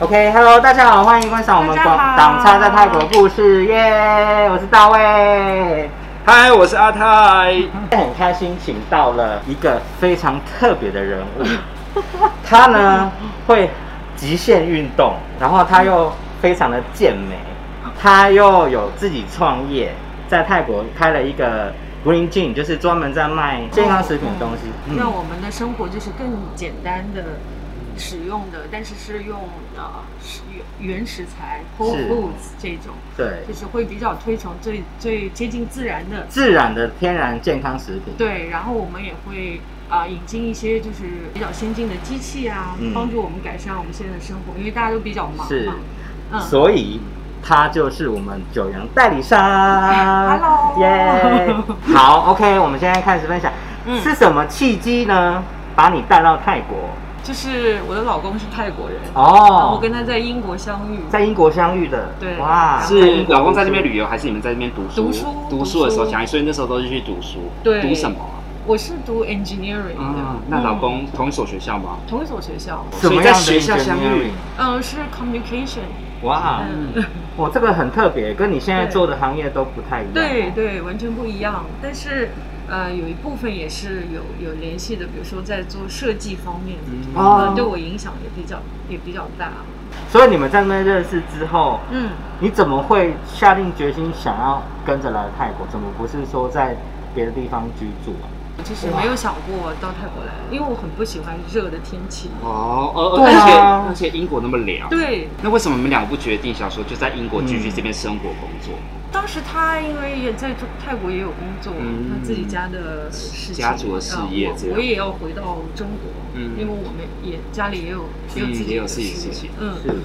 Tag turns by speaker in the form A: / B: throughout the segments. A: OK，Hello，、大家好，欢迎观赏我们
B: 大
A: 广
B: 家好
A: 《党差在泰国故事》耶！我是大卫，
C: 嗨，我是 阿泰。
A: 很开心请到了一个非常特别的人物， 他呢会极限运动，然后他又非常的健美，他又有自己创业，在泰国开了一个 Green Gin，就是专门在卖健康食品的东西。嗯
B: 让我们的生活就是更简单的使用的，但是是用呃食原原食材 whole
A: 是
B: foods 这种，
A: 对
B: 就，是会比较推崇最最接近自然的。
A: 自然的天然健康食品。
B: 对，然后我们也会啊、呃引进一些就是比较先进的机器啊，
A: 嗯
B: 帮助我们改善我们现在的生活，因为大家都比较忙
A: 是
B: 嘛。嗯，
A: 所以他就是我们九阳代理商。
B: Hello
A: 耶！好，OK，我们现在开始分享，
B: 嗯
A: 是什么契机呢？把你带到泰国
B: 就是我的老公是泰国人，然
A: 哦
B: 后我，跟他在英国相遇，
A: 在英国相遇的，
B: 对
A: 哇，
C: 是老公在这边旅游，还是你们在这边读书？
B: 读书
C: 读书的时候
B: 读书
C: 相爱，所以那时候都是去读书。
B: 对嗯
C: 读什么啊？
B: 我是读 engineering 的，
A: 嗯
C: 啊，那老公同一所学校吗？
B: 同一所学校，
A: 什么
C: 所以在
A: 样的
C: 学校相遇
A: engineering？
B: 嗯、是 communication，
A: 哇，
B: 嗯。
A: 我这个很特别，跟你现在做的行业都不太一样。
B: 对对，完全不一样。但是，呃，有一部分也是有有联系的，比如说在做设计方面，
C: 嗯
B: 呃，对
A: 哦，
B: 我影响也比较也比较大。
A: 所以你们在那边认识之后，
B: 嗯，
A: 你怎么会下定决心想要跟着来泰国？怎么不是说在别的地方居住啊？
B: 我就是没有想过到泰国来，因为我很不喜欢热的天气。
C: 哦，而
A: 对
C: 而且
A: 啊
C: 而且英国那么凉，
B: 对，嗯
C: 那为什么你们两个不决定想说就在英国继续这边生活工作？
B: 当时他因为也在泰国也有工作，
C: 嗯
B: 他自己家的事情，
C: 家族的事业
B: 呃
C: 这
B: 我
C: 样
B: 我也要回到中国，
C: 嗯
B: 因为我们也家里也有也有
C: 嗯
B: 自己
C: 也有
B: 的
C: 自己的事
B: 业
C: 情
B: 嗯，
A: 是。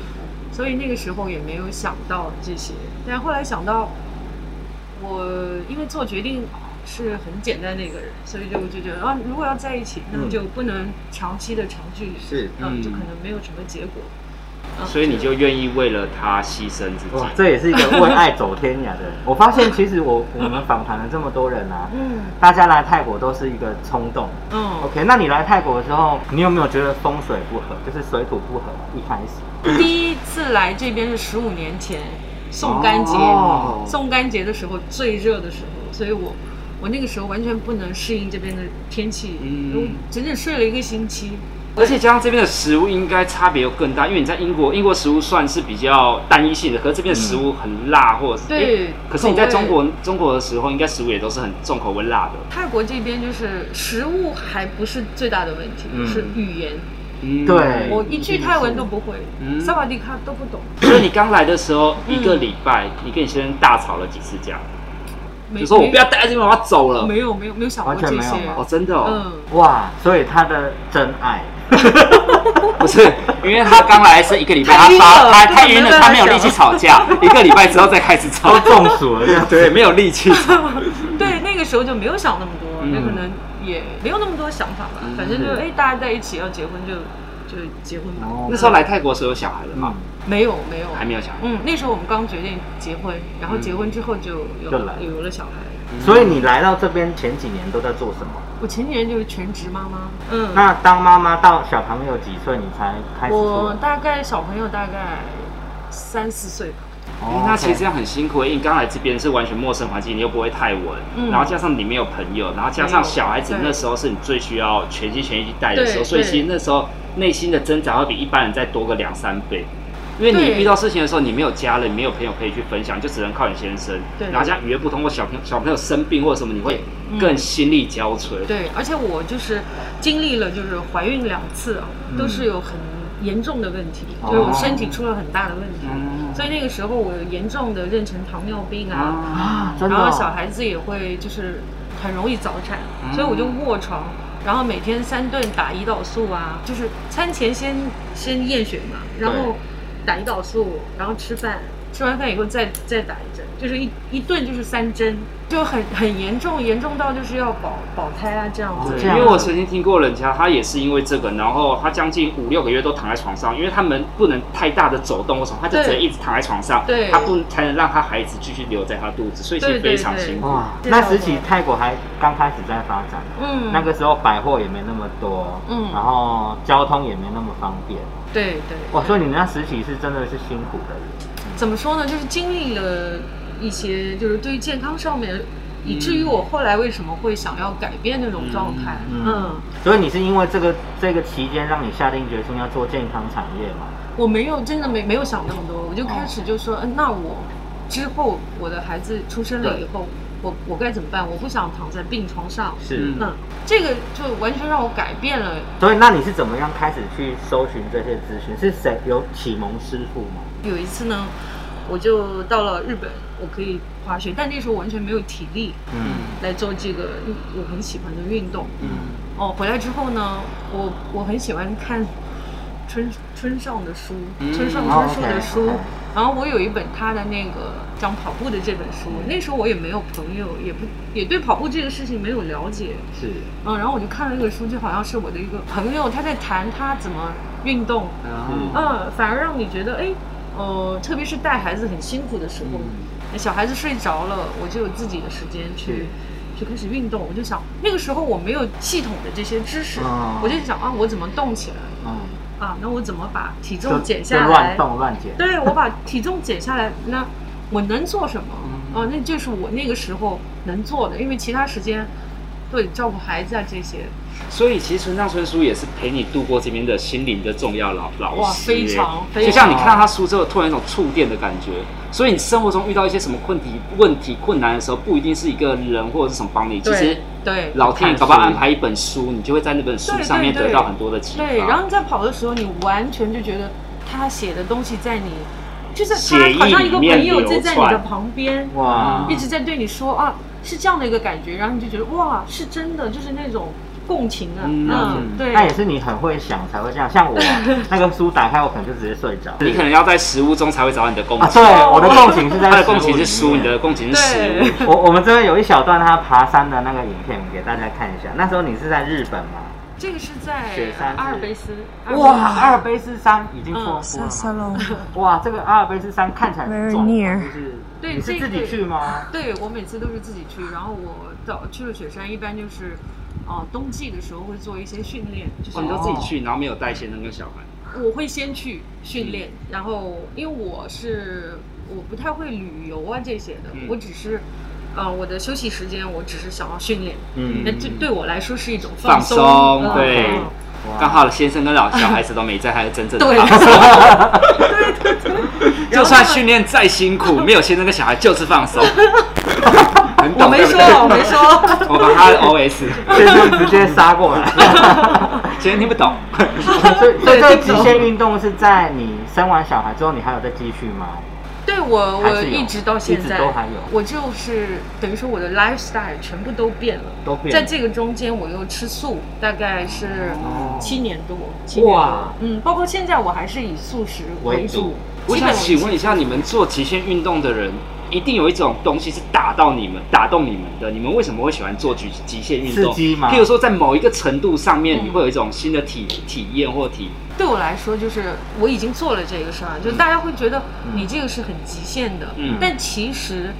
B: 所以那个时候也没有想到这些，但后来想到，我因为做决定是很简单的一个人，所以就就觉得啊，如果要在一起，那么就不能长期的长距离，
A: 是
B: 那么就
C: 嗯
B: 可能没有什么结果。啊
C: 所以你就愿意为了他牺牲自
A: 哇，
C: 己？
A: 这也是一个为爱走天涯的人。 我发现其实我我们访谈了这么多人啊，
B: 嗯
A: 大家来泰国都是一个冲动。
C: 哦
B: 嗯，
A: OK，那你来泰国的时候，你有没有觉得风水不合，就是水土不合？一开始，
B: 第一次来这边是十五年前宋干节，
A: 哦
B: 宋干节的时候最热的时候，所以我。我那个时候完全不能适应这边的天气，
C: 嗯
B: 我整整睡了一个星期。
C: 而且加上这边的食物应该差别又更大，因为你在英国，英国食物算是比较单一性的，可是这边的食物很辣，或者是
B: 嗯对
C: 诶可是你在
B: 口味
C: 中国中国的时候，应该食物也都是很重口味辣的。
B: 泰国这边就是食物还不是最大的问题，
A: 嗯
B: 是语言。
C: 嗯
A: 对
B: 我一句泰文都不会，
C: 嗯
B: 萨瓦迪卡都不懂，
C: 所以你刚来的时候，
B: 嗯
C: 一个礼拜，你跟你先生大吵了几次架？
B: 没
C: 就说我不要待在这边，我要走了。
B: 没有没有没有想过
A: 完全
B: 这
A: 没有
B: 些。
C: 哦，真的哦，
B: 嗯，
A: 哇，所以他的真 爱，
C: 不是，因为他刚来是一个礼拜，他
B: 太晕
C: 发
B: 了
C: 他
B: 根本
C: 太晕了，
B: 没办法
C: 他没有力气吵 架，一个礼拜之后再开始吵
A: 都。中暑了这
B: 哦
A: 样子。
C: 对，没有力气吵。
B: 对，那个时候就没有想那么多，
C: 嗯
B: 也可能也没有那么多想法吧。
C: 嗯
B: 反正就是哎，大家在一起要结婚就就结婚吧。
A: 哦
C: 那时候来泰国的时候有小孩了
A: 嗯
C: 吗？
B: 没有没有，
C: 还没有小孩。
B: 嗯，那时候我们刚决定结婚，然后
C: 嗯
B: 结婚之后就有
A: 就来了
B: 有了小孩。
A: 所以你来到这边前几年都在做什么？
B: 我前几年就是全职妈妈，嗯，
A: 那当妈妈到小朋友几岁，你才开始
B: 我
A: 做？
B: 大概小朋友大概三四岁吧，
C: 诶那其实
A: 哦 OK
C: 这样很辛苦，因为你刚来这边是完全陌生环境，你又不会泰文，
B: 嗯
C: 然后加上你没有朋友，然后加
B: 没有
C: 上小孩子
B: 对
C: 那时候是你最需要全心全意去带的时
B: 对
C: 候，所以
B: 对
C: 其实那时候内心的挣扎会比一般人再多个两三倍。因为你
B: 对
C: 遇到事情的时候，你没有家人，没有朋友可以去分享，就只能靠你先生
B: 对。
C: 然后像语言不通或小朋友小朋友生病或者什么，你会
B: 嗯
C: 更心力交瘁。
B: 对，而且我就是经历了就是怀孕两次啊，
A: 嗯
B: 都是有很严重的问题，
A: 哦
B: 就是我身体出了很大的问题，
C: 嗯
B: 所以那个时候我有严重的妊娠糖尿病啊，
A: 啊，真的
B: 然
A: 哦
B: 后小孩子也会就是很容易早产，
C: 嗯
B: 所以我就卧床。然后每天三顿打胰岛素啊，就是餐前先先验血嘛，然后打胰岛素，然后吃饭，吃完饭以后再再打一针，就是一一顿就是三针，就很很严重，严重到就是要保保胎啊这样子。
A: 哦这
C: 对，
A: 样
C: 因为我曾经听过人家，他也是因为这个，然后他将近五六个月都躺在床上，因为他们不能太大的走动或什么，他就
B: 对
C: 只能一直躺在床上，
B: 对
C: 他不能才能让他孩子继续留在他肚子，所以其实
B: 对对
C: 非常辛苦。
A: 哇，
B: 对
A: 那时期泰国还刚开始在发展，
B: 嗯，
A: 那个时候百货也没那么多，
B: 嗯
A: 然后交通也没那么方便。
B: 对对。
A: 哇，所以你那时期是真的是辛苦的人，
B: 怎么说呢？就是经历了一些，就是对于健康上面，以至于我后来为什么会想要改变那种状态？
A: 嗯
B: 嗯，
A: 所以你是因为这个这个期间让你下定决心要做健康产业嘛？
B: 我没有真的没没有想那么多，我就开始就说，嗯，那我之后我的孩子出生了以后，我我该怎么办？我不想躺在病床上。
A: 是，
C: 嗯
B: 嗯，这个就完全让我改变了。
A: 所以那你是怎么样开始去搜寻这些资讯？是谁有启蒙师傅吗？
B: 有一次呢，我就到了日本，我可以滑雪，但那时候完全没有体力
A: 嗯
B: 来做这个我很喜欢的运动。
A: 嗯，
B: 哦，回来之后呢，我我很喜欢看村村上的书，
C: 嗯
B: 村上
A: 哦
B: 春树的
A: OK，
B: 书。
A: OK
B: 然后我有一本他的那个讲跑步的这本书，
A: 嗯
B: 那时候我也没有朋友，也不也对跑步这个事情没有了解。
A: 是，
B: 嗯，然后我就看了那个书，就好像是我的一个朋友，他在谈他怎么运动。
C: 嗯，
B: 嗯，反而让你觉得，哎，呃，特别是带孩子很辛苦的时候，
A: 嗯
B: 那小孩子睡着了，我就有自己的时间去去开始运动。我就想，那个时候我没有系统的这些知识，
A: 哦
B: 我就想啊，我怎么动起来
A: 嗯，
B: 啊？那我怎么把体
A: 就
B: 重减下
A: 就乱
B: 来？
A: 动乱减，
B: 对，我把体重减下来，那我能做什么？啊，那就是我那个时候能做的，因为其他时间都得照顾孩子啊这些。
C: 所以其实村上春树也是陪你度过这边的心灵的重要老老师耶，
B: 哇非常非常
C: 就像你看到他书之后，突然有一种触电的感觉。所以你生活中遇到一些什么问题、问题困难的时候，不一定是一个人或者是什么帮你，其实
B: 对对
C: 老天爷搞不好安排一本书，你就会在那本书上面
B: 对对对
C: 得到很多的启发。
B: 对，然后你在跑的时候，你完全就觉得他写的东西在你，就是
C: 血
B: 他好
C: 液
B: 像一
C: 里
B: 个
C: 面
B: 朋友就
C: 流
B: 在你
C: 窜
B: 的旁边，
A: 哇
B: 一，直在对你说啊，是这样的一个感觉，然后你就觉得哇，是真的，就是那种共情啊，
C: 嗯
B: 嗯，对，
A: 那也是你很会想才会这样。 像我那个书打开，我可能就直接睡着。
C: 你可能要在食物中才会找到你的共
A: 啊，
C: 情。
A: 对，
B: 哦
A: 我的共情是在
C: 他的共情是
A: 食物
C: 书，
A: 里
C: 你
A: 面
C: 的共情是食
B: 对
C: 物。，
A: 我我们这边有一小段他爬山的那个影片给大家看一下。那时候你是在日本吗？
B: 这个是
A: 雪
B: 在
A: 山是
B: 阿尔卑斯，
A: 哇，阿
B: 阿
A: 尔
B: 尔卑斯
A: 卑斯山已经
B: 哦
A: 错过
D: Sasa
A: 了。
D: Long.
A: 哇，这个阿尔卑斯山看起来很壮观，
D: Very near
A: 就是
B: 对
A: 你是
B: 这
A: 自己
B: 个
A: 去吗？
B: 对我每次都是自己去，然后我到去了雪山，一般就是，哦、冬季的时候会做一些训练，就是
C: 哦，你都自己去，然后没有带先生跟小孩。
B: 我会先去训练，然后因为我是我不太会旅游啊这些的，
C: 嗯
B: 我只是，呃，我的休息时间我只是想要训练，
A: 嗯
B: 那、这对我来说是一种
C: 放
B: 松，
C: 松
B: 嗯
C: 对
B: 嗯
A: 哇
C: 刚好先生跟老小孩子都没在，还是真正的
B: 对
C: 放 松。就算训练再辛苦，没有先生跟小孩就是放 松。很
B: 我
C: 懂，
B: 没
C: 对不
B: 说
C: 对，
B: 我没说，
C: 我把他的 OS，
A: 先生直接杀过来。
C: 先生听不懂。
A: 所以所以这
B: 对
A: 个
B: 这
A: 极
B: 种
A: 限运动是在你生完小孩之后，你还有再继续吗？
B: 对我
A: 还
B: 我
A: 是有
B: 一直到现
A: 一直
B: 在
A: 都还有
B: 我就是等于说我的 lifestyle 全部都变了，
A: 都变了
B: 在这个中间我又吃素，大概是
A: 哦
B: 七年多，七年
A: 哇
B: 多，嗯，包括现在我还是以素食
A: 为
B: 为
A: 主
B: 主。
C: 我
B: 基
C: 想
B: 本为
C: 请
B: 主
C: 问一下，你们做极限运动的人，一定有一种东西是打到你们、打动你们的。你们为什么会喜欢做极极限运动？
A: 刺激吗
C: 譬如说，在某一个程度上面，
B: 嗯
C: 你会有一种新的体体验或体
B: 对我来说，就是我已经做了这个事儿，就大家会觉得你这个是很极限的，
C: 嗯
B: 但其实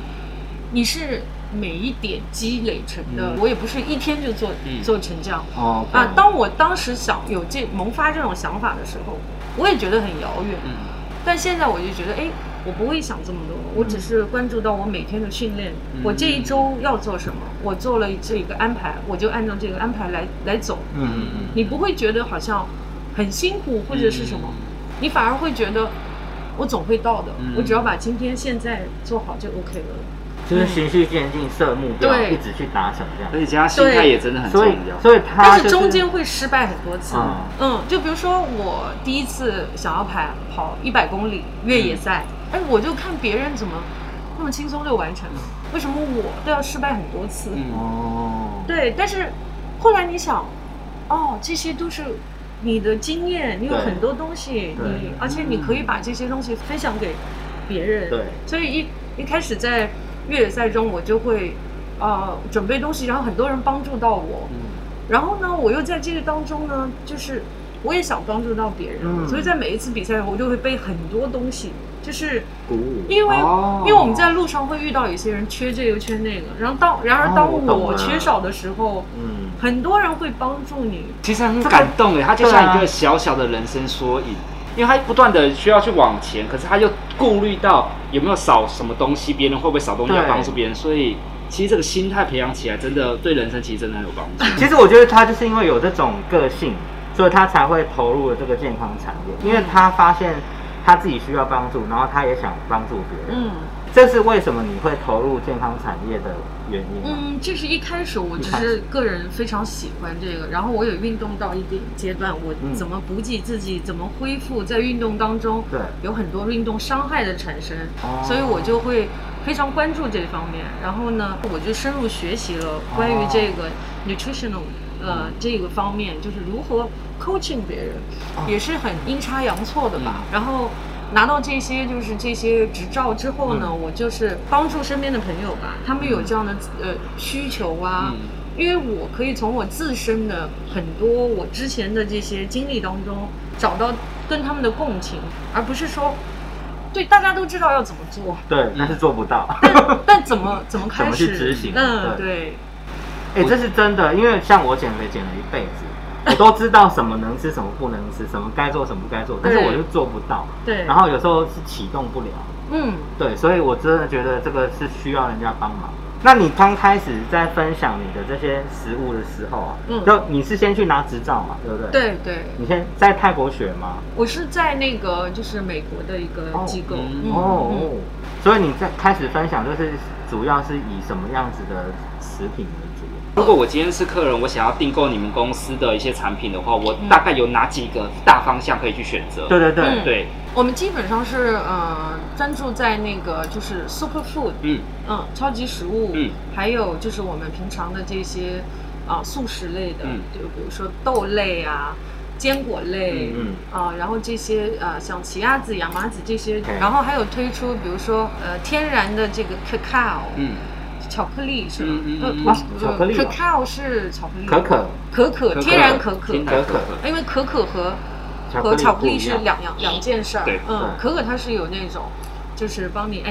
B: 你是每一点积累成的。我也不是一天就做、
C: 嗯
B: 做成这样
A: 哦
B: 啊。当我当时想有这萌发这种想法的时候，我也觉得很遥远，
C: 嗯
B: 但现在我就觉得，哎，我不会想这么多，我只是关注到我每天的训练，
C: 嗯
B: 我这一周要做什么，我做了这个安排，我就按照这个安排来来走。
A: 嗯嗯
B: 你不会觉得好像很辛苦或者是什么，你反而会觉得我总会到的，
C: 嗯
B: 我只要把今天现在做好就 OK 了。
A: 嗯，就是循序渐进，设目标，
B: 对
A: 一直去达成这样
C: 而。且加上心态
B: 对
C: 也真的很重
A: 所以
C: 要。
A: 所以他
B: 但
A: 就是
B: 中间会失败很多次
A: 嗯，
B: 嗯，就比如说我第一次想要跑跑一百公里越
A: 嗯
B: 野赛，哎，我就看别人怎么那么轻松就完成了，为什么我都要失败很多次？
C: 嗯，
A: 哦，
B: 对，但是后来你想，哦，这些都是你的经验，你有
A: 对
B: 很多东西，
A: 对嗯
B: 你而且你可以把这些东西分享给别人。
A: 对，
B: 所以一一开始在越野赛中，我就会呃准备东西，然后很多人帮助到我，
C: 嗯
B: 然后呢，我又在这个当中呢，就是我也想帮助到别人，
A: 嗯
B: 所以在每一次比赛，我就会背很多东西，就是
A: 鼓舞，
B: 因为、
C: 哦
B: 因为我们在路上会遇到有些人缺这个缺那个，然后当然而当
A: 哦我懂
B: 我
A: 了
B: 缺少的时候，
A: 嗯，
B: 很多人会帮助你，
C: 其实很感动哎，他就像
A: 啊
C: 一个小小的人生缩影，因为他不断的需要去往前，可是他又顾虑到有没有少什么东西，别人会不会少东西
A: 对
C: 要帮助别人，所以其实这个心态培养起来，真的对人生其实真的很有帮助。
A: 其实我觉得他就是因为有这种个性，所以他才会投入了这个健康产业，因为他发现他自己需要帮助，然后他也想帮助别人，
B: 嗯。
A: 这是为什么你会投入健康产业的原因啊吗。
B: 嗯，这是一开始我只是个人非常喜欢这个，然后我有运动到一定阶段，我
A: 嗯
B: 怎么补给自己，怎么恢复，在运动当中
A: 对
B: 有很多运动伤害的产生，
A: 哦
B: 所以我就会非常关注这方面。然后呢，我就深入学习了关于这个 nutritional 呃这个方面，就是如何 coaching 别人，也是很阴差阳错的吧。然后。拿到这些就是这些执照之后呢，
A: 嗯
B: 我就是帮助身边的朋友吧，他们有这样的呃需求啊，
C: 嗯
B: 因为我可以从我自身的很多我之前的这些经历当中找到跟他们的共情，而不是说对大家都知道要怎么 做，
A: 对，但是做不到。
B: 但但怎么怎么开
A: 怎
B: 始
A: 么去执行
B: 嗯，
A: 对
B: 对，
A: 哎、这是真的，因为像我减肥减了一辈子，我都知道什么能吃，什么不能吃，什么该做，什么不该做，但是
B: 对
A: 我就做不到。
B: 对
A: 然后有时候是启动不了，
B: 嗯，
A: 对，所以我真的觉得这个是需要人家帮忙。那你刚开始在分享你的这些食物的时候啊，
B: 嗯
A: 就你是先去拿执照嘛，对不对？。
B: 对对，
A: 你先在泰国学吗？
B: 我是在那个就是美国的一个
A: 哦
B: 机构，
C: 嗯
B: 嗯
A: 哦、
B: 嗯
A: 所以你在开始分享，就是主要是以什么样子的食品为主？
C: 如果我今天是客人，我想要订购你们公司的一些产品的话，我大概有哪几个大方向可以去选择？
A: 对对对，
B: 嗯
C: 对，
B: 我们基本上是呃专注在那个就是 super food，
C: 嗯
B: 嗯，超级食物，
C: 嗯，
B: 还有就是我们平常的这些啊、素食类的，
C: 嗯
B: 就比如说豆类啊、坚果类，
A: 嗯
B: 啊、然后这些呃像奇亚籽、亚麻籽这些，
A: 对
B: 然后还有推出比如说呃天然的这个 cacao，、
C: 嗯，
B: 巧克力是吗？
C: 嗯嗯
B: 呃
C: 嗯
B: 不
A: 啊
B: 是不是
A: 巧克力哦
B: cacao 是巧克力，
A: 可可
B: 可可呃天然可可，
C: 天然可
A: 可
C: 可
A: 可，
B: 因为可可和
A: 巧克
B: 和
A: 力
B: 巧克力
A: 不一
B: 是
A: 样
B: 两样两件事儿。
C: 对
B: 嗯，
A: 对
B: 可可它是有那种，就是帮你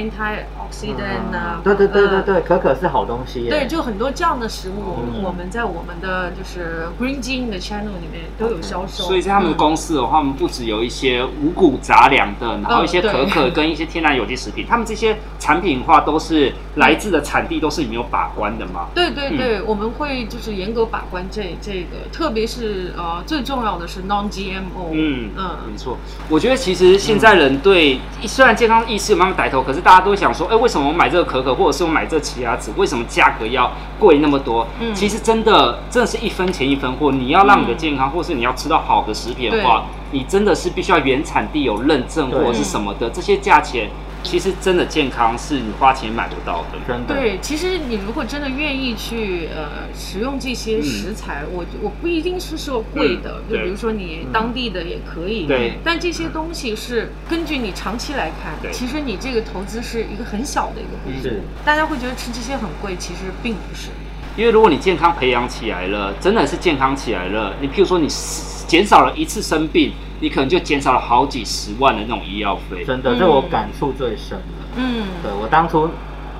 B: antioxidant 啊
A: 嗯，对对对对
B: 嗯
A: 对，可可是好东西耶。
B: 对，就很多这样的食物，
A: 嗯
B: 我们在我们的就是 Green Gin 的 channel 里面都有销售。
C: 所以在他们公司的话，他们不只有一些五谷杂粮的，然后一些
B: 嗯对
C: 可可跟一些天然有机食品，他们这些产品的话都是来自的产地都是你们有把关的嘛？
B: 对对
A: 嗯
B: 对，我们会就是严格把关这这个，特别是呃最重要的是 non GMO。
C: 嗯
B: 嗯
C: 没错。我觉得其实现在人对虽然健康意识有慢慢抬头，可是大家都会想说，哎，为什么我买这个可可，或者是我买这奇亚籽，为什么价格要贵那么多？
B: 嗯
C: 其实真的真的是一分钱一分货。你要让你的健康，或是你要吃到好的食品的话，你真的是必须要原产地有认证
A: 对
C: 或者是什么的，这些价钱其实真的健康是你花钱买不到的。
A: 真的。
B: 对，其实你如果真的愿意去呃使用这些食材，我我不一定是说贵的，
C: 嗯
B: 就
C: 对
B: 比如说你当地的也可以，
C: 对
B: 但这些东西是根据你长期来看
C: 对，嗯
B: 其实你这个投资是一个很小的一个部分。
A: 是，
B: 大家会觉得吃这些很贵，其实并不是。
C: 因为如果你健康培养起来了，真的是健康起来了，你譬如说你减少了一次生病，你可能就减少了好几十万的那种医药费。
A: 真的，
B: 嗯
A: 这我感触最深了。
B: 嗯，
A: 对我当初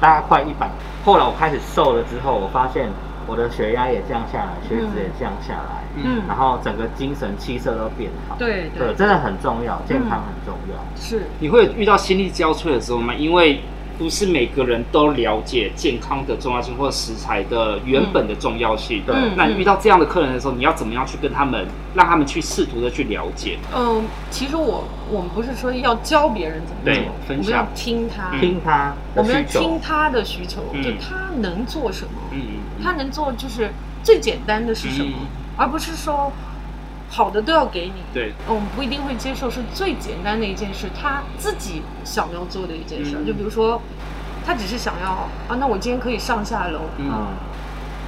A: 大概快一百，后来我开始瘦了之后，我发现我的血压也降下来，血脂也降下来，
B: 嗯
C: 啊
A: 然后整个精神气色都变好。
B: 对嗯对
A: 对，真的很重要，健康很重要。
B: 是，
C: 你会遇到心力交瘁的时候吗？因为不是每个人都了解健康的重要性或食材的原本的重要性。
A: 对
B: 嗯
C: 那你遇到这样的客人的时候，你要怎么样去跟他们，让他们去试图的去了解？
B: 嗯，其实我我们不是说要教别人怎么
C: 对
B: 做，
C: 分
B: 我们
C: 享
B: 要听他，
C: 嗯
A: 听他
B: 我
A: 的
B: 们要
A: 需求
B: 听，他的需求，
C: 嗯
B: 就他能做什么。
C: 嗯，
B: 他能做就是最简单的是什么，
C: 嗯
B: 而不是说好的都要给你。
C: 对，
B: 我们不一定会接受是最简单的一件事，他自己想要做的一件事。
C: 嗯
B: 就比如说，他只是想要啊，那我今天可以上下楼，
C: 嗯
A: 嗯，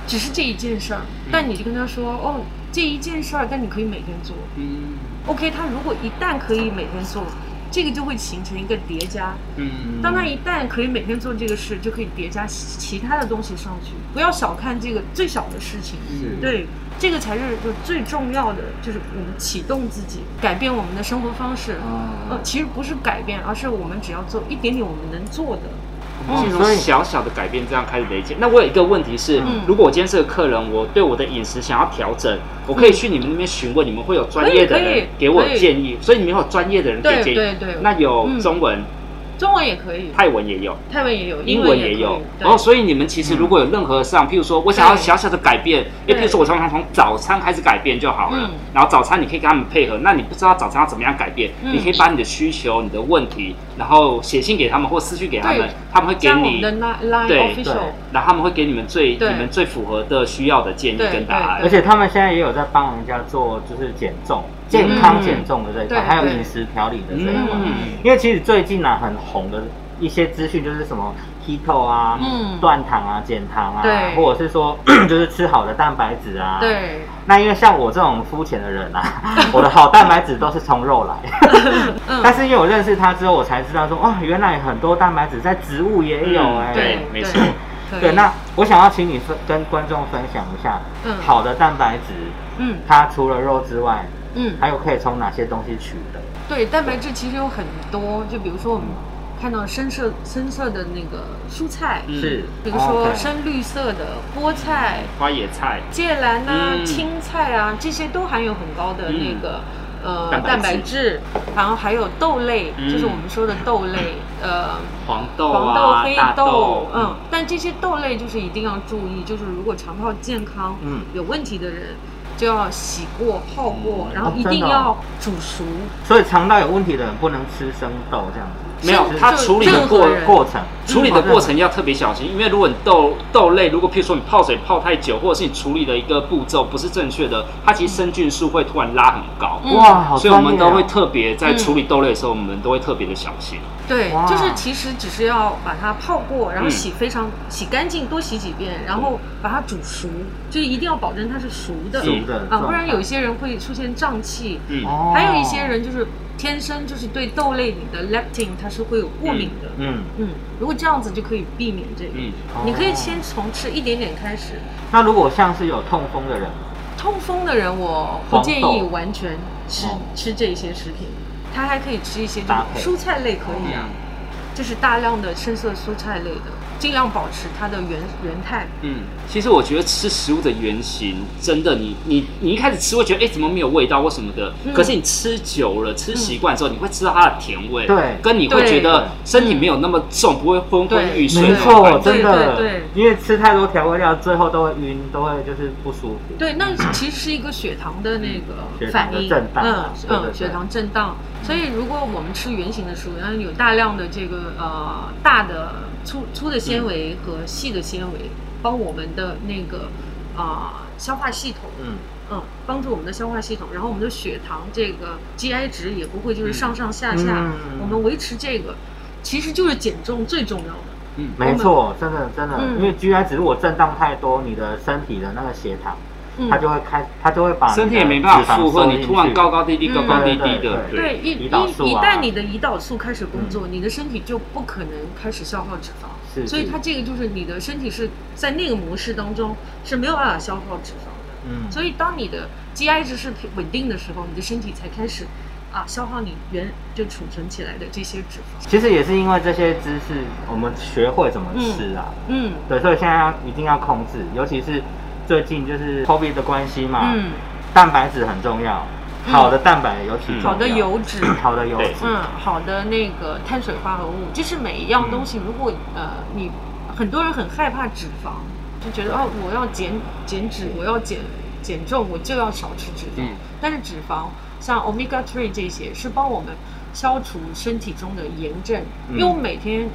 B: 只是这一件事儿。但你就跟他说，哦，这一件事儿，但你可以每天做。
C: 嗯，
B: OK，他如果一旦可以每天做，这个就会形成一个叠加。
C: 嗯，
B: 当他一旦可以每天做这个事，就可以叠加其其他的东西上去。不要小看这个最小的事情，
A: 嗯是
B: 对，这个才是就最重要的，就是我们启动自己，改变我们的生活方式。
A: 嗯
B: 呃，其实不是改变，而是我们只要做一点点我们能做的。嗯
C: 是从小小的改变这样开始累积。那我有一个问题是
B: 嗯，
C: 如果我今天是个客人，我对我的饮食想要调整，我可以去你们那边询问，你们会有专业的
B: 可以可
C: 人
B: 以
C: 给我
B: 可以
C: 建议，所以你们有专业的人给
B: 对
C: 建
B: 对
C: 议。
B: 对，
C: 那有
B: 嗯
C: 中文、
B: 中文也可以，
C: 泰文也有，
B: 泰文也有，
C: 英
B: 文
C: 文
B: 也
C: 也有。
B: 然
C: 哦，
B: 后
C: 所以你们其实如果有任何上，譬如说我想要小小的改变，
B: 嗯对
C: 也譬如说我常常从早餐开始改变就好了
B: 嗯。
C: 然后早餐你可以跟他们配合，那你不知道早餐要怎么样改变，
B: 嗯
C: 你可以把你的需求、你的问题，然后写信给他们或私讯给他们
B: 对，
C: 他们会给
B: 加我们
C: 你
B: 的 Line Line
C: 对
B: Official，
C: 然后他们会给你们最你
B: 对
C: 们最符合的需要的建议
B: 对
C: 跟答
A: 而
C: 案。
A: 且他们现在也有在帮人家做，就是减重、健康减重的这一块，
B: 嗯
A: 还有
B: 对对
A: 饮食调理的这一块。
C: 嗯，
A: 因为其实最近呢、啊很红的一些资讯就是什么 keto 啊、
B: 嗯
A: 断糖啊、减糖啊
B: 对，
A: 或者是说 就是吃好的蛋白质啊。。
B: 对，
A: 那因为像我这种肤浅的人啊， 我的好蛋白质都是从肉来。但
B: 嗯，
C: 啊
A: 是因为我认识他之后，我才知道说，哇，原来很多蛋白质在植物也
B: 嗯
A: 有哎、
C: 对，没错。
B: 可以
A: 对，那我想要请你分跟观众分享一下，
B: 嗯
A: 好的蛋白质，
B: 嗯
A: 它除了肉之外，
B: 嗯，
A: 还有可以从哪些东西取得？
B: 对，蛋白质其实有很多，就比如说我们看到深色深色的那个蔬菜，
C: 嗯
A: 是，哦
B: 比如说
A: OK
B: 深绿色的菠菜、
C: 花野菜，
B: 芥蓝啊、
C: 嗯
B: 青菜啊，这些都含有很高的那个、呃
C: 嗯蛋白质
B: 蛋白质，然后还有豆类，
C: 嗯
B: 就是我们说的豆类，呃，
C: 黄豆
B: 黄
C: 啊，
B: 豆、黑
C: 大
B: 豆，嗯，，但这些豆类就是一定要注意，就是如果肠道健康
A: 嗯
B: 有问题的人，就要洗过、泡过，
C: 嗯
B: 然后
A: 哦
B: 一
A: 真
B: 定
A: 的哦
B: 要煮熟。
A: 所以肠道有问题的人不能吃生豆这样子，
C: 没有
B: 甚至
C: 它
B: 就
C: 处理的
B: 任何
C: 过
B: 人
A: 过程
C: 处理的过程要特别小心，因为如果你豆豆类，如果譬如说你泡水泡太久，或者是你处理的一个步骤不是正确的，它其实生菌数会突然拉很高，
B: 嗯
A: 哇，好专业哦
C: 所以我们都会特别在处理豆类的时候，我们都会特别的小心。
B: 对
A: 哇，
B: 就是其实只是要把它泡过，然后
C: 嗯
B: 洗非常、洗干净，多洗几遍，然后把它煮熟，就是一定要保证它是熟的
A: 熟的
B: 啊，不然有一
A: 些，
B: 些人会出现胀气，
C: 嗯，
A: 哦
B: 还有一些，人就是天生就是对豆类里的 leptin 它是会有过敏的。
A: 嗯，
B: 嗯，如果这样子就可以避免这个。
C: 嗯
A: 哦
B: 你可以先从吃一点点开始。
A: 那如果像是有痛风的人，
B: 痛风的人，我不建
A: 黄
B: 议
A: 豆
B: 完全吃、
A: 哦
B: 吃这些食品，他还可以吃一些
A: 搭配哦
B: 就是蔬菜类可以啊，
A: 嗯
B: 就是大量的深色蔬菜类的，尽量保持它的原原态。
C: 嗯，其实我觉得吃食物的原型，真的你你你一开始吃会觉得哎、诶怎么没有味道或什么的，
B: 嗯
C: 可是你吃久了吃习惯之后，你会知道它的甜味，
A: 对
C: 跟你会
B: 嗯对
C: 觉得身体没有那么重，不会昏昏欲睡
A: 没
C: 的感觉，
A: 错，真的，
B: 对对对
A: 因为吃太多调味料，最后都会晕，都会就是不舒服。
B: 对，那其实是一个血糖的那
A: 嗯血糖
B: 个反
A: 的
B: 应，
A: 震荡
B: 嗯
A: 对对
B: 嗯，
A: 对嗯
B: 血糖震荡。所以如果我们吃圆形的食物，然后有大量的这个呃大的粗粗的
A: 嗯
B: 纤维和细的纤维，帮我们的那个啊、呃消化系统，
A: 嗯，
B: 嗯，帮助我们的消化系统，然后我们的血糖这个 GI 值也不会就是上上下
A: 嗯
B: 下
A: 嗯嗯，
B: 我们维持这个其实就是减重最重要的，
C: 嗯，
A: 没错，真的真的，
B: 嗯
A: 因为 GI 值如果震荡太多，你的身体的那个血糖，它
B: 嗯。
A: 就会开，它就会把你的
C: 嗯身体也没办
A: 脂
C: 法
A: 肪
C: 负荷，
A: 收
C: 你
A: 进
C: 突然
A: 去
C: 高高低低高高低低
A: 对
C: 的，
A: 对
B: 对，一一
A: 胰岛素啊嗯
B: 一旦你的胰岛素开始工作，你的身体就不可能开始消耗脂肪，
A: 是，
B: 所以它
A: 是
B: 这个就是你的身体是在那个模式当中是没有办法消耗脂肪的。
A: 嗯，
B: 所以当你的 GI 值是平稳定的时候，你的身体才开始啊消耗你原就储存起来的这些脂肪。
A: 其实也是因为这些知识，我们学会怎么吃啊，
B: 嗯
A: 对，所以现在要一定要控制，尤其是最近就是 COVID 的关系嘛，
B: 嗯，
A: 蛋白质很重要，
B: 嗯
A: 好的蛋白尤其重要
B: 好的油脂，
A: 好的油
C: 对
A: 脂，
B: 嗯，好的那个碳水化合物，就是每一样东西，如果呃你很多人很害怕脂肪，就觉得哦我要减减脂，我要减减重，我就要少吃脂肪。
C: 嗯
B: 但是脂肪像 omega three 这些是帮我们消除身体中的炎症，
A: 嗯
B: 因为我们每天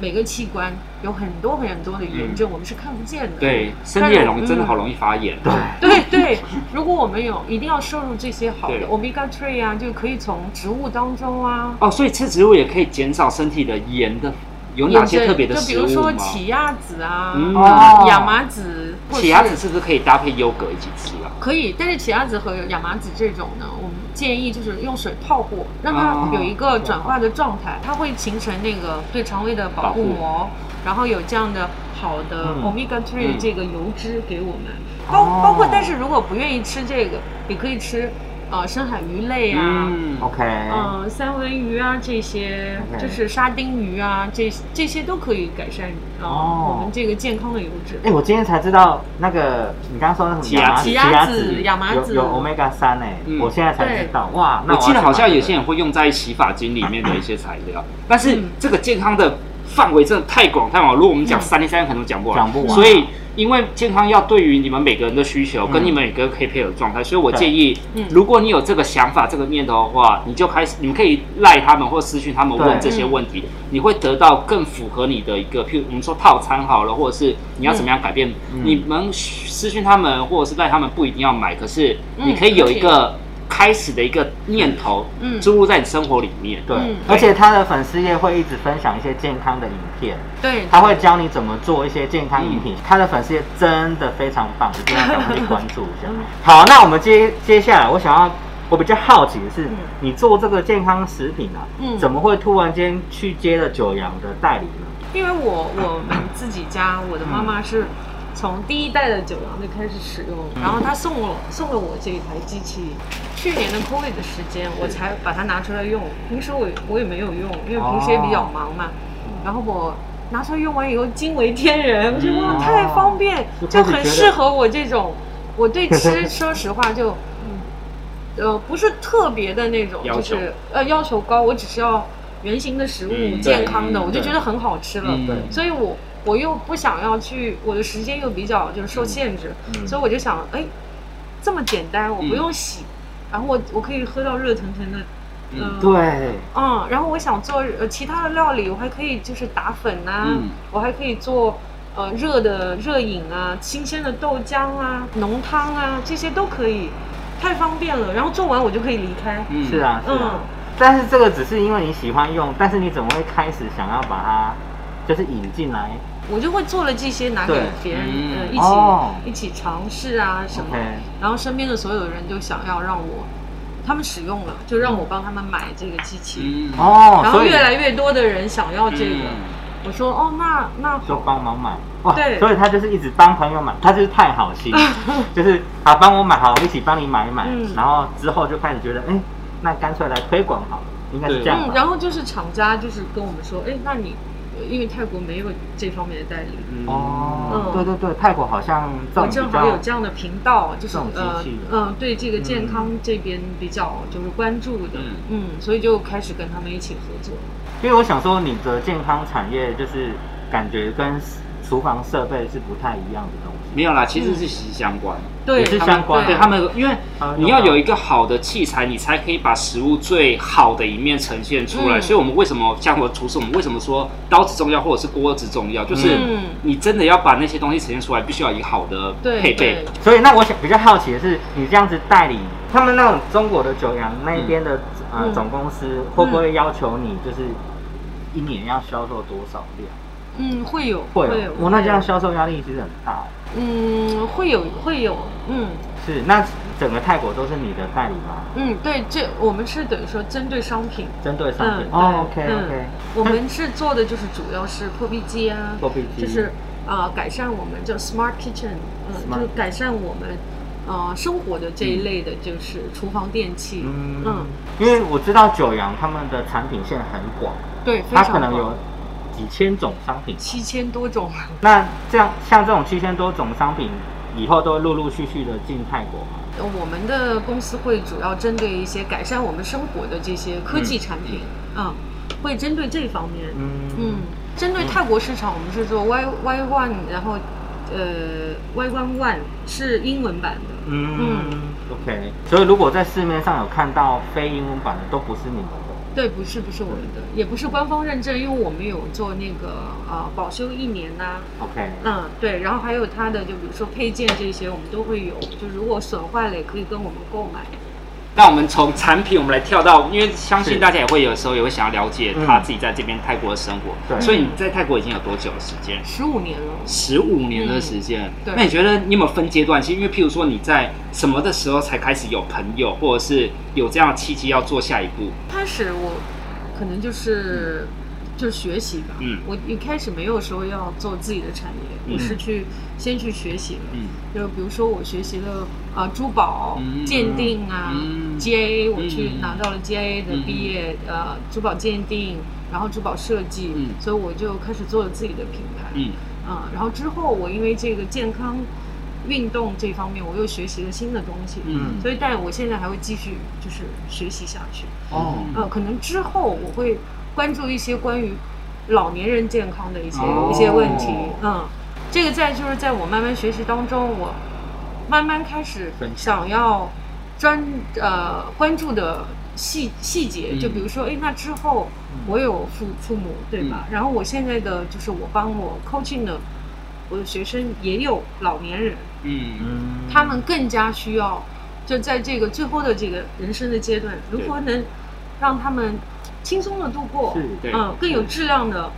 B: 每个器官有很多很多的炎症，我们是看不见的。
C: 嗯对，身体也容真的好容易发炎，
A: 对，
B: 对对，如果我们有一定要摄入这些好的
C: 对
B: omega three 啊，就可以从植物当中啊，
C: 哦，所以吃植物也可以减少身体的盐的，有哪些特别的
B: 就比
C: 食
B: 如
C: 物
B: 说
C: 吗？
B: 奇亚籽啊，
C: 嗯
B: 啊亚麻籽，或者
C: 奇亚籽是不是可以搭配优格一起吃啊？
B: 可以，但是奇亚籽和亚麻籽这种呢，我们建议就是用水泡过，让
C: 哦
B: 它有一个转化的状态，它会形成那个对肠胃的保护膜，然后有这样的好的
A: 嗯
B: omega
C: 嗯
B: three 这个油脂给我们，包
C: 哦
B: 包括但是如果不愿意吃这个，也可以吃呃深海鱼类啊。
C: 嗯，
A: OK，
B: 嗯，三文鱼啊，这些
A: OK
B: 就是沙丁鱼啊，这这些都可以改善啊、呃
A: 哦
B: 我们这个健康的油脂。
A: 哎，我今天才知道那个你刚刚说那什么
B: 奇亚
A: 亚
B: 籽
A: 籽
B: 亚麻
A: 有
B: 籽
A: 有 omega 三哎
C: 嗯，
A: 我现在才知道哇，那
C: 我记得好像有些
A: 人
C: 人会用在洗发精里面的一些材料，但是
B: 嗯
C: 这个健康的范围真的太广太广，如果我们讲三天三夜可能讲不完，
A: 讲不完
C: 所以。因为健康要对于你们每个人的需求，
A: 嗯
C: 跟你们每个人可以配合的状态，所以我建议
B: 对嗯，
C: 如果你有这个想法、这个念头的话，你就开始，你们可以赖他们或私讯他们问
A: 对
C: 这些问题，你会得到更符合你的一个，譬如我们说套餐好了，或者是你要怎么样改变，
A: 嗯
C: 你们私讯他们或者是赖他们不一定要买，可是你
B: 嗯
C: 可以有一
B: 而且
C: 个呃开始的一个念头，
B: 嗯
C: 注入在你生活里面。
A: 对
B: 嗯，
A: 而且他的粉丝页会一直分享一些健康的影片，
B: 对，
A: 他会教你怎么做一些健康饮品，
B: 嗯
A: 他的粉丝页真的非常棒，一定要赶快去关注一
B: 嗯
A: 下。好，那我们接接下来，我想要，我比较好奇的是
B: 嗯，
A: 你做这个健康食品啊，
B: 嗯
A: 怎么会突然间去接了九阳的代理呢？
B: 因为我我们自己家，我的妈妈是从第一代的九阳就开始使用，
A: 嗯
B: 然后她送了送了我这一台机器。去年的 COVID 的时间，我才把它拿出来用。平时我也我也没有用，因为平时也比较忙嘛。然后我拿出来用完以后，惊为天人，我觉得哇
A: 嗯
B: 太方便，
A: 就
B: 就
A: 开始觉
B: 很
A: 得
B: 适合我这种。我对吃，说实话就，呃，不是特别的那种，
C: 要
B: 就
C: 求
B: 是呃要求高，我只是要原形的食物，
C: 嗯
B: 健康的，
C: 对
B: 我就觉得很好吃了。
C: 嗯对
B: 所以我我又不想要去，我的时间又比较就是受限制，
A: 嗯
B: 所以我就想，哎，这么简单，我不用洗，然后我我可以喝到热腾腾的，呃
C: 嗯
A: 对，
B: 嗯，然后我想做呃其他的料理，我还可以就是打粉呐、
C: 嗯
B: 我还可以做呃热的热饮啊，新鲜的豆浆啊，浓汤啊，这些都可以，太方便了。然后做完我就可以离开。
C: 嗯
A: 是，啊，是啊
B: 嗯。
A: 但是这个只是因为你喜欢用，但是你怎么会开始想要把它就是引进来
B: 我就会做了这些拿给
A: 对
B: 别人，
C: 嗯
B: 呃，一起、
A: 哦
B: 一起尝试啊什么
A: OK
B: 然后身边的所有人就想要让我，他们使用了，就让我帮他们买这个机器，
C: 嗯，
A: 哦？
B: 然后
A: 所以嗯
B: 越来越多的人想要这个，我说哦，那那
A: 就
B: 好，
A: 帮忙买哇，
B: 对
A: 所以他就是一直帮朋友买，他就是太好 心，就是好帮我买好，一起帮你买一买，
B: 嗯
A: 然后之后就开始觉得，哎、那干脆来推广好了，应该是
C: 对
A: 这样
B: 嗯，
A: 吧。
B: 然后就是厂家就是跟我们说，哎，那你因为泰国没有这方面的代理，
C: 嗯
A: 哦，
B: 嗯
A: 对对对，泰国好像这
B: 我
A: 种
B: 正
A: 比
B: 好有这
A: 较，
B: 样的频道，就是
A: 这种机
B: 呃
A: 器的
B: 嗯、对这个健康这边比较就是关注的，
C: 嗯
B: 嗯，所以就开始跟他们一起合作。
A: 因为我想说你的健康产业就是感觉跟厨房设备是不太一样的东西。
C: 没有啦，其实是息息相关。
B: 嗯对，
A: 也是
B: 他们
A: 相关
C: 对
B: 对
C: 他们，因为
A: 啊
C: 你要有一个好的器材，你才可以把食物最好的一面呈现出来。
B: 嗯
C: 所以，我们为什么像我厨师，我们为什么说刀子重要或者是锅子重要？就是
B: 嗯
C: 你真的要把那些东西呈现出来，必须要有一个好的
B: 对
C: 配
B: 对。
C: 备
A: 所以那我想比较好奇的是，你这样子代理他们那种中国的九阳那一边的、呃
B: 嗯
A: 总公司，会不会要求你就是一年要销售多少量？
B: 嗯，会有，
A: 会
B: 会
A: 哦
B: 有，，
A: 我那这样
B: 会有
A: 销售压力其实很大哦。
B: 嗯，会有，会有，嗯
A: 是，那整个泰国都是你的代理吗？
B: 嗯，对，这我们是等于说针对商品，
A: 针对商
B: 嗯
A: 品？，哦
B: 对
A: ，OK
B: 嗯
A: OK，，
B: 我们是做的就是主要是破壁机啊，
A: 货币机
B: 就是啊改善我们叫 smart kitchen，嗯，
A: Smart
B: 就是改善我们呃生活的这一类的，就是厨房电器，
A: 嗯
B: 嗯，，
A: 因为我知道九阳他们的产品线很广，
B: 对，非
A: 它
B: 常
A: 可能
B: 棒
A: 有几千种商品。
B: 七千多种，
A: 那这样像这种七千多种商品，以后都会陆陆续续的进泰国吗？
B: 我们的公司会主要针对一些改善我们生活的这些科技产品，嗯，会针对这方面，嗯
A: 嗯，
B: 针对泰国市场，我们是做 Y Y One，然后呃 Y One One 是英文版的，
A: 嗯，OK。所以如果在市面上有看到非英文版的，都不是你们的。
B: 对，不是不是我们的，也不是官方认证，因为我们有做那个呃保修一年呐、
A: OK，
B: 嗯，对，然后还有它的就比如说配件这些，我们都会有，就如果损坏了也可以跟我们购买，
C: 那我们从产品，我们来跳到，因为相信
A: 是
C: 大家也会有时候也会想要了解
A: 嗯
C: 他自己在这边泰国的生活。
A: 对
C: 所以你在泰国已经有多久的时间？
B: 十五年了，
C: 十五年的时间。
B: 对
C: 那你觉得你有没有分阶段性？因为譬如说你在什么的时候才开始有朋友，或者是有这样的契机要做下一步？
B: 开始我可能就是、就是学习吧。
C: 嗯
B: 我一开始没有说要做自己的产业，
C: 嗯
B: 我是去先去学习了。
C: 嗯
B: 就比如说我学习了啊、呃珠宝
C: 嗯
B: 鉴定啊、
C: 嗯
B: GIA，我
C: 嗯
B: 去拿到了 GIA 的
C: 嗯
B: 毕业、呃珠宝鉴定，然后珠宝设计，
C: 嗯
B: 所以我就开始做了自己的品牌。
C: 嗯
B: 啊，然后之后我因为这个健康运动这方面，我又学习了新的东西，
C: 嗯
B: 所以但我现在还会继续就是学习下去。
C: 哦
B: 呃，可能之后我会关注一些关于老年人健康的一些、
C: 哦
B: 一些问题。嗯，这个在就是在我慢慢学习当中，我慢慢开始
A: 分
B: 想要专呃关注的细细节，就
C: 嗯
B: 比如说，哎，那之后我有父父母对吧？
C: 嗯
B: 然后我现在的就是我帮我 coaching 的我的学生也有老年人，
C: 嗯
A: 嗯
B: 他们更加需要，就在这个最后的这个人生的阶段，如何能让他们轻松的度过，
A: 是
C: 对
B: 嗯，更有质量的，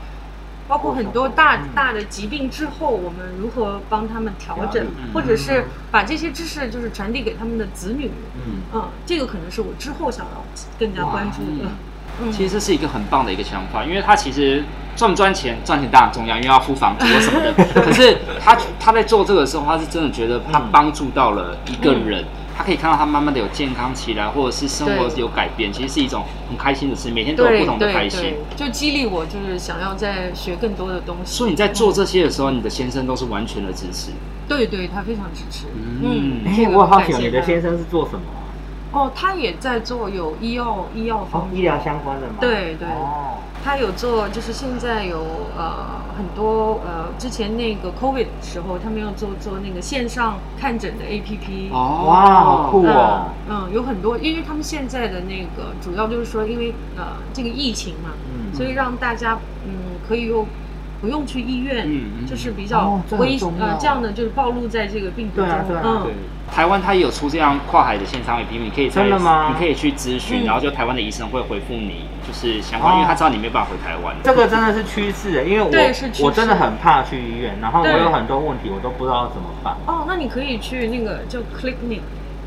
B: 包括很多大
A: 嗯
B: 大的疾病之后，我们如何帮他们调整
A: 调
C: 理，嗯
B: 或者是把这些知识就是传递给他们的子女，
A: 嗯
B: 嗯，这个可能是我之后想要更加关注的
C: 哇，
B: 嗯，
C: 其实这是一个很棒的一个想法，因为他其实赚不赚钱，赚钱当然重要，因为要付房租或什 么的。可是他他在做这个的时候，他是真的觉得他
A: 嗯
C: 帮助到了一个
B: 嗯
C: 人，他可以看到他慢慢的有健康起来，或者是生活
B: 对
C: 有改变，其实是一种很开心的事，每天都有
B: 对
C: 不同的开
B: 对
C: 心
B: 对。，就激励我就是想要再学更多的东西。
C: 所以你在做这些的时候，你的先生都是完全的支持。
B: 对对，他非常支持。
C: 嗯
B: 嗯，
A: 哎、
B: 这个
A: 我好
B: 感
A: 奇哦，
B: 谢
A: 你的
B: 他
A: 先生是做什么啊？
B: 哦，他也在做有医药医药
A: 哦
B: 方，
A: 医
B: 面，
A: 疗相关的吗？
B: 对对
A: 哦，
B: 他有做就是现在有呃很多呃之前那个 COVID 的时候，他们要做做那个线上看诊的 APP。
C: 哦
A: 哇，好酷
B: 嗯
A: 哦！
B: 嗯，有很多，因为他们现在的那个主要就是说，因为呃这个疫情嘛，
A: 嗯
B: 所以让大家嗯可以用不用去医院，
C: 嗯嗯
B: 就是比较
A: 哦这很
B: 危、
A: 重
B: 呃
A: 要
B: 这样的就是暴露在这个病毒中，
A: 对啊对啊
B: 嗯
C: 对，台湾它也有出这样跨海的线上 APP，你可以在
A: 真的吗
C: 你可以去咨
B: 嗯
C: 询，然后就台湾的医生会回复你，就是相关，
A: 哦
C: 因为他知道你没办法回台湾。
A: 这个真的是趋势，欸因为
B: 对是趋
A: 我
B: 势
A: 我真的很怕去医院，然后我
B: 对
A: 有很多问题我都不知道怎么办。
B: 哦，那你可以去那个叫 ClickNet，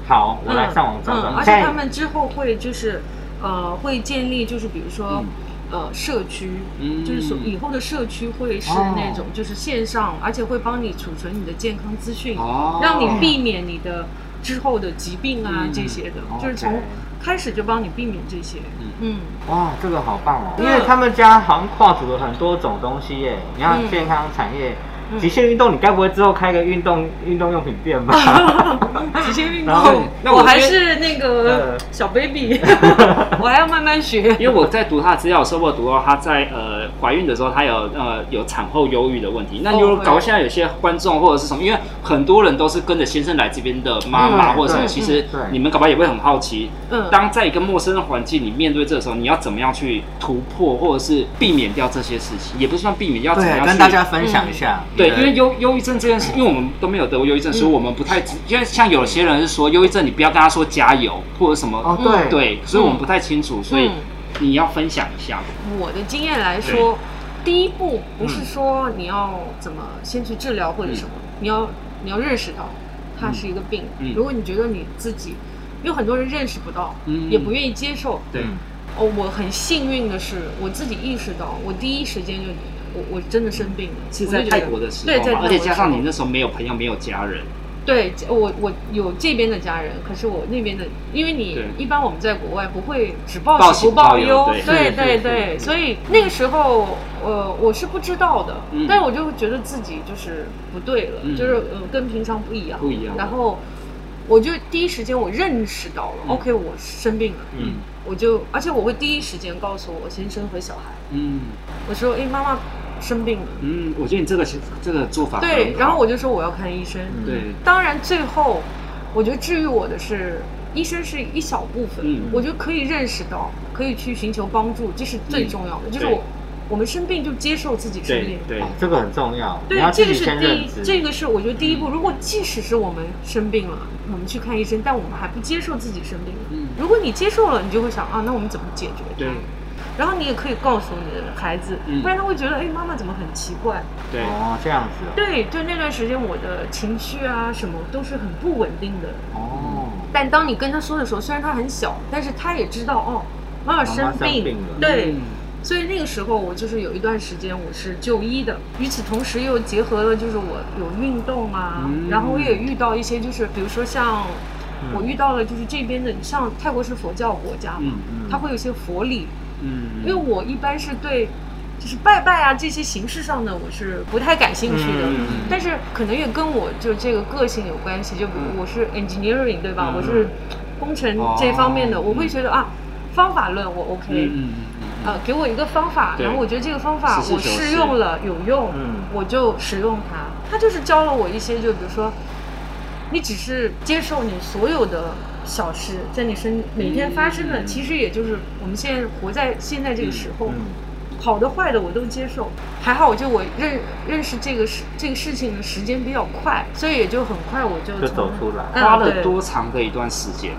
A: 好，我来上网找找。
B: 嗯。而
A: 现
B: 且
A: 在
B: 他们之后会就是，呃，会建立就是比如说
C: 嗯，
B: 呃，社区，
C: 嗯
B: 就是说以后的社区会是
A: 哦
B: 那种就是线上，而且会帮你储存你的健康资讯，
C: 哦
B: 让你避免你的之后的疾病啊
C: 嗯
B: 这些的，
A: OK
B: 就是从开始就帮你避免这些。
C: 嗯
B: 嗯，
A: 哇，这个好棒哦！因
B: 嗯
A: 为他们家好像跨足了很多种东西耶，你看
B: 嗯
A: 健康产业、
B: 嗯
A: 极限运动，你该不会之后开个运动运动用品店 吧？
B: 极限运
A: 嗯然后
B: 动，
C: 那我
B: 还
C: 觉得
B: 是那个
A: 呃
B: 小 baby，我还要慢慢学。
C: 因为我在读他的资料的时候，我有读到他在呃怀孕的时候，他有呃有产后忧郁的问题。那
B: 哦
C: 如果
B: 会
C: 搞现在有些观众或者是什么，因为很多人都是跟着先生来这边的妈妈
A: 嗯
C: 或者什么，
B: 对
C: 其实
A: 嗯对
C: 你们搞不好也会很好奇，
B: 嗯，
C: 当在一个陌生的环境里面对这个时候，你要怎么样去突破，或者是避免掉这些事情，也不是说避免，要怎么样去
A: 分下。
B: 嗯
C: 对，
A: 你
C: 因
A: 的
C: 为忧忧郁症这件事，因为我们都没有得过忧郁症，所以我们不太知，因为像有些人是说忧郁症，你不要跟他说加油或者什么，
A: 哦对
B: 嗯
C: 对，所以我们不太清楚，所以
B: 嗯
C: 你要分享一下。
B: 我的经验来说，第一步不是说你要怎么先去治疗或者什么，你要你要认识到它是一个病。
C: 嗯嗯嗯
B: 如果你觉得你自己，有很多人认识不到，
C: 嗯
B: 也不愿意接受。
A: 嗯
C: 对，
B: 哦，我很幸运的是，我自己意识到，我第一时间就我我真的生病了，
C: 是
B: 我就
C: 在
B: 觉
C: 泰
B: 得
C: 国的时
B: 对，在泰
C: 候嘛，
B: 国
C: 而
B: 的
C: 且
B: 时
C: 加上
B: 候
C: 你那时候没有朋友，没有家人，
B: 对，我我有这边的家人，可是我那边的，因为你
C: 对
B: 一般我们在国外不会只报
C: 报喜
B: 喜
C: 不
B: 不
C: 报
B: 报
C: 忧
B: 忧，
A: 对
B: 对
A: 是
B: 对
A: 是
B: 对，所以那个时候，呃，我是不知道的，
C: 嗯
B: 但是我就觉得自己就是不对了，
C: 嗯
B: 就是呃跟平常不一样，
C: 不一样
B: 然后我就第一时间我认识到了、
C: 嗯
B: o k 我生病了，
A: 嗯
B: 我就而且我会第一时间告诉我先生和小孩，
C: 嗯
B: 我说，哎，妈妈生病了，
C: 嗯，我觉得你这个这个做法
B: 对
C: 啊很，好
B: 然后我就说我要看医生，
A: 嗯
C: 对，
B: 当然，最后我觉得治愈我的是医生是一小部分，
C: 嗯
A: 嗯
B: 我觉得可以认识到，可以去寻求帮助，这是最重要的。就是
C: 对
B: 我我们生病就接受自己生
C: 对
B: 病，
C: 对，
A: 哦这个很重要，你
B: 对
A: 要，
B: 这
A: 自
B: 个
A: 己嗯
B: 是
A: 先
B: 第一
A: 认，知。
B: 这个是我觉得第一步。如果即使是我们生病了，我们去看医生，但我们还不接受自己生病，
C: 嗯
B: 如果你接受了，你就会想啊，那我们怎么解决它？
C: 对
B: 然后你也可以告诉你的孩子，
C: 嗯
B: 不然他会觉得，哎，妈妈怎么很奇怪？
C: 对，
A: 哦，这样子哦。
B: 对对，那段时间我的情绪啊什么都是很不稳定的。
A: 哦，
B: 但当你跟他说的时候，虽然他很小，但是他也知道哦，妈妈生
A: 妈妈生病了
B: 对，
C: 嗯
B: 所以那个时候我就是有一段时间我是就医的，与此同时又结合了就是我有运动啊，
C: 嗯
B: 然后我也遇到一些就是比如说像
A: 嗯
B: 我遇到了就是这边的，像泰国是佛教国家嘛，
C: 嗯
B: 它会有一些佛理，
C: 嗯，
B: 因为我一般是对就是拜拜啊这些形式上的我是不太感兴趣的。
C: 嗯嗯嗯
B: 但是可能也跟我就这个个性有关系，就比
C: 嗯
B: 如我是 engineering 对吧？
C: 嗯
B: 我是工程这方面的，
C: 哦
B: 我会觉得啊，方法论我 OK，、
C: 嗯嗯嗯嗯
B: 呃，给我一个方法，
C: 对
B: 然后我觉得这个方法
C: 实事
B: 我
C: 求
B: 试
C: 是
B: 用了有用，
A: 嗯
B: 我就使用它。它就是教了我一些，就比如说，你只是接受你所有的小事在你身每天发生的，
C: 嗯
B: 其实也就是我们现在活在现在这个时候，
A: 嗯
B: 好的坏的我都接受。还好，我就我认认识这个事这个事情的时间比较快，所以也就很快我就
A: 就
B: 从
A: 走出来
B: 嗯
C: 花了
B: 对
C: 多长的一段时间？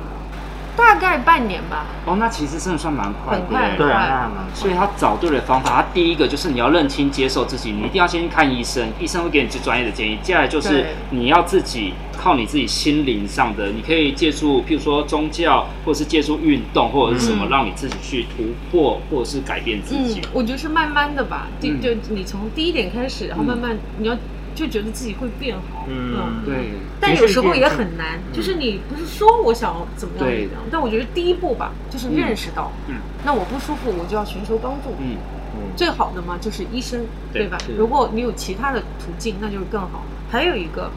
B: 大概半年吧，
C: 哦，那其实真的算蛮快的
B: 很快
C: 耶。
A: 对啊，
B: 哎
A: 那还蛮
C: 所以他找对了方法，他第一个就是你要认清、接受自己，你一定要先去看医生，医生会给你最专业的建议。接下来就是
B: 对
C: 你要自己靠你自己心灵上的，你可以借助，譬如说宗教，或者是借助运动，或者是什么，
B: 嗯
C: 让你自己去突破，或者是改变自己
B: 嗯。，我觉得是慢慢的吧，第
C: 嗯
B: 就你从第一点开始，然后
C: 嗯
B: 慢慢你要就觉得自己会变好，
A: 嗯
C: 对，
B: 但
A: 也
B: 有
A: 是
B: 时
A: 一
B: 候
A: 件
B: 也
A: 事
B: 很难，
A: 嗯
B: 就是你不是说我想要怎么样怎
C: 对
B: 么样，但我觉得第一步吧，就是
C: 嗯
B: 认识到，
C: 嗯
B: 那我不舒服，我就要寻求帮助。
C: 嗯，
A: 嗯
B: 最好的嘛就是医生，
C: 对
B: 吧
A: 是？
B: 如果你有其他的途径，那就是更好。还有一个，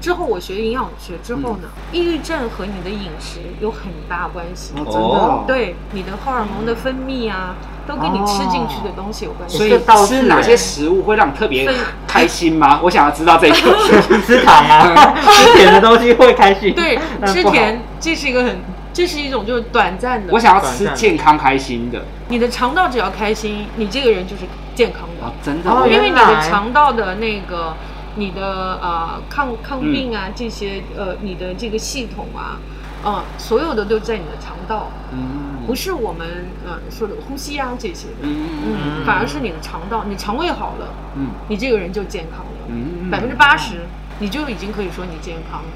B: 之后我学营养学之后呢，抑郁症和你的饮食有很大关系。
C: 嗯哦，真的
A: 哦
C: 哦，
B: 对你的荷尔蒙的分泌啊，都跟你吃进去的东西有关系。
C: 哦所以
A: 这倒是
C: 吃哪些食物会让你特别
B: 所以
C: 开心吗？我想要知道 这个。
A: 吃糖啊，吃甜的东西会开心。
B: 对，
C: 哎
A: 但
B: 吃
A: 不好
B: 甜，这是一个很，这是一种就是短暂的。
C: 我想要吃健康开心的。
B: 你的肠道只要开心，你这个人就是健康的，
C: 哦，真的
A: 哦
C: 哦，
B: 因为
A: 原
B: 你
A: 来
B: 的肠道的那个。你的呃抗抗病
C: 嗯
B: 啊，这些呃你的这个系统啊，嗯、所有的都在你的肠道，
C: 嗯
B: 不是我们呃说的呼吸啊这些的，
C: 嗯
B: 嗯，反而是你的肠道，你肠胃好了，
C: 嗯
B: 你这个人就健康了。
C: 嗯
B: 百分之八十，你就已经可以说你健康了。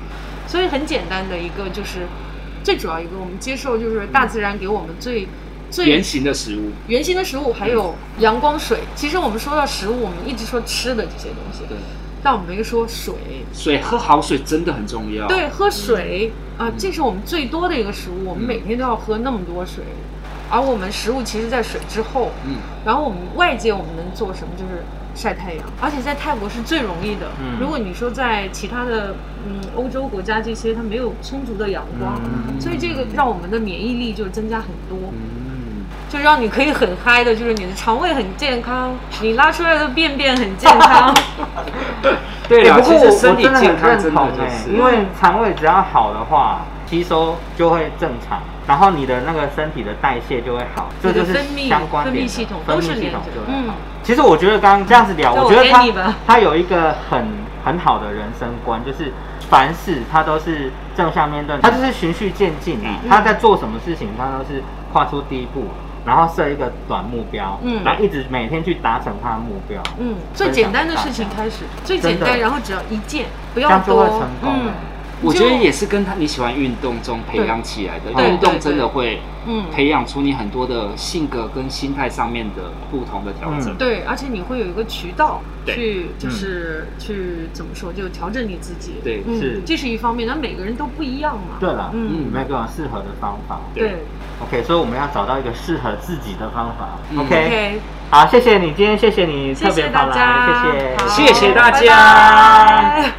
B: 所以很简单的一个就是，最主要一个我们接受就是大自然给我们最最
C: 圆形的食物。
B: 原型的食物，还有阳光水。其实我们说到食物，我们一直说吃的这些东西，
C: 对，
B: 但我们没说水。
C: 水喝好水真的很重要。，
B: 对，喝水啊，这是我们最多的一个食物，我们
C: 嗯
B: 每天都要喝那么多水。而我们食物其实，在水之后，
C: 嗯，
B: 然后我们外界我们能做什么？就是晒太阳，而且在泰国是最容易的。
A: 嗯
B: 如果你说在其他的嗯欧洲国家这些，它没有充足的阳光，
A: 嗯
B: 所以这个让我们的免疫力就增加很多，
C: 嗯，
B: 就让你可以很嗨的，就是你的肠胃很健康，你拉出来的便便很健康。
C: 对
A: 欸
C: 了，
A: 不
C: 其
A: 过
C: 实
A: 我
C: 身
A: 真
C: 体
A: 的
C: 健
A: 很
C: 康
A: 认
C: 真的
A: 同
C: 就
A: 哎、
C: 是，
A: 因为肠胃只要好的话，吸收就会正常，然后你的那个身体的代谢就会好，这
B: 你的
A: 就是
B: 分泌
A: 相关
B: 分
A: 点
B: 泌
A: 的
B: 系统
A: 分
B: 都
A: 泌
B: 是
A: 系
B: 连着
A: 统就，会
B: 嗯
A: 好。，其实我觉得刚刚这样子聊，
B: 那我
A: 我觉得
B: 给
A: 他
B: 你吧
A: 他有一个很很好的人生观，就是凡事他都是正向面对，他就是循序渐进啊。
B: 嗯
A: 他在做什么事情，他都是跨出第一步，然后设一个短目标，
B: 嗯
A: 然后一直每天去达成他的目标。
B: 嗯，最简单的事情开始，最简
A: 真
B: 单，
A: 的
B: 然后只要一件，
A: 这
B: 不要
A: 样就会
B: 多嗯
A: 成，功了
C: 我觉得也是跟他你喜欢运动中培养起来的，
B: 对
C: 运动真的会
B: 嗯，
C: 培养出你很多的性格跟心态上面的不同的调整
A: 嗯。
B: 对，而且你会有一个渠道
C: 对
B: 去，就是、去怎么说，就调整你自己。
C: 对
B: 嗯、
A: 是
B: 这是一方面。那每个人都不一样嘛。
A: 对了，
B: 嗯，
A: 每个人有适合的方法。
B: 对。
A: OK，所以我们要找到一个适合自己的方法。
C: 嗯
A: OK，
B: OK，
A: 好，谢谢你，今天谢谢你
B: 谢
A: 特
B: 谢
A: 别跑
B: 大
A: 来，
B: 家，
A: 谢谢，
B: 好
C: 谢谢大家
B: 拜拜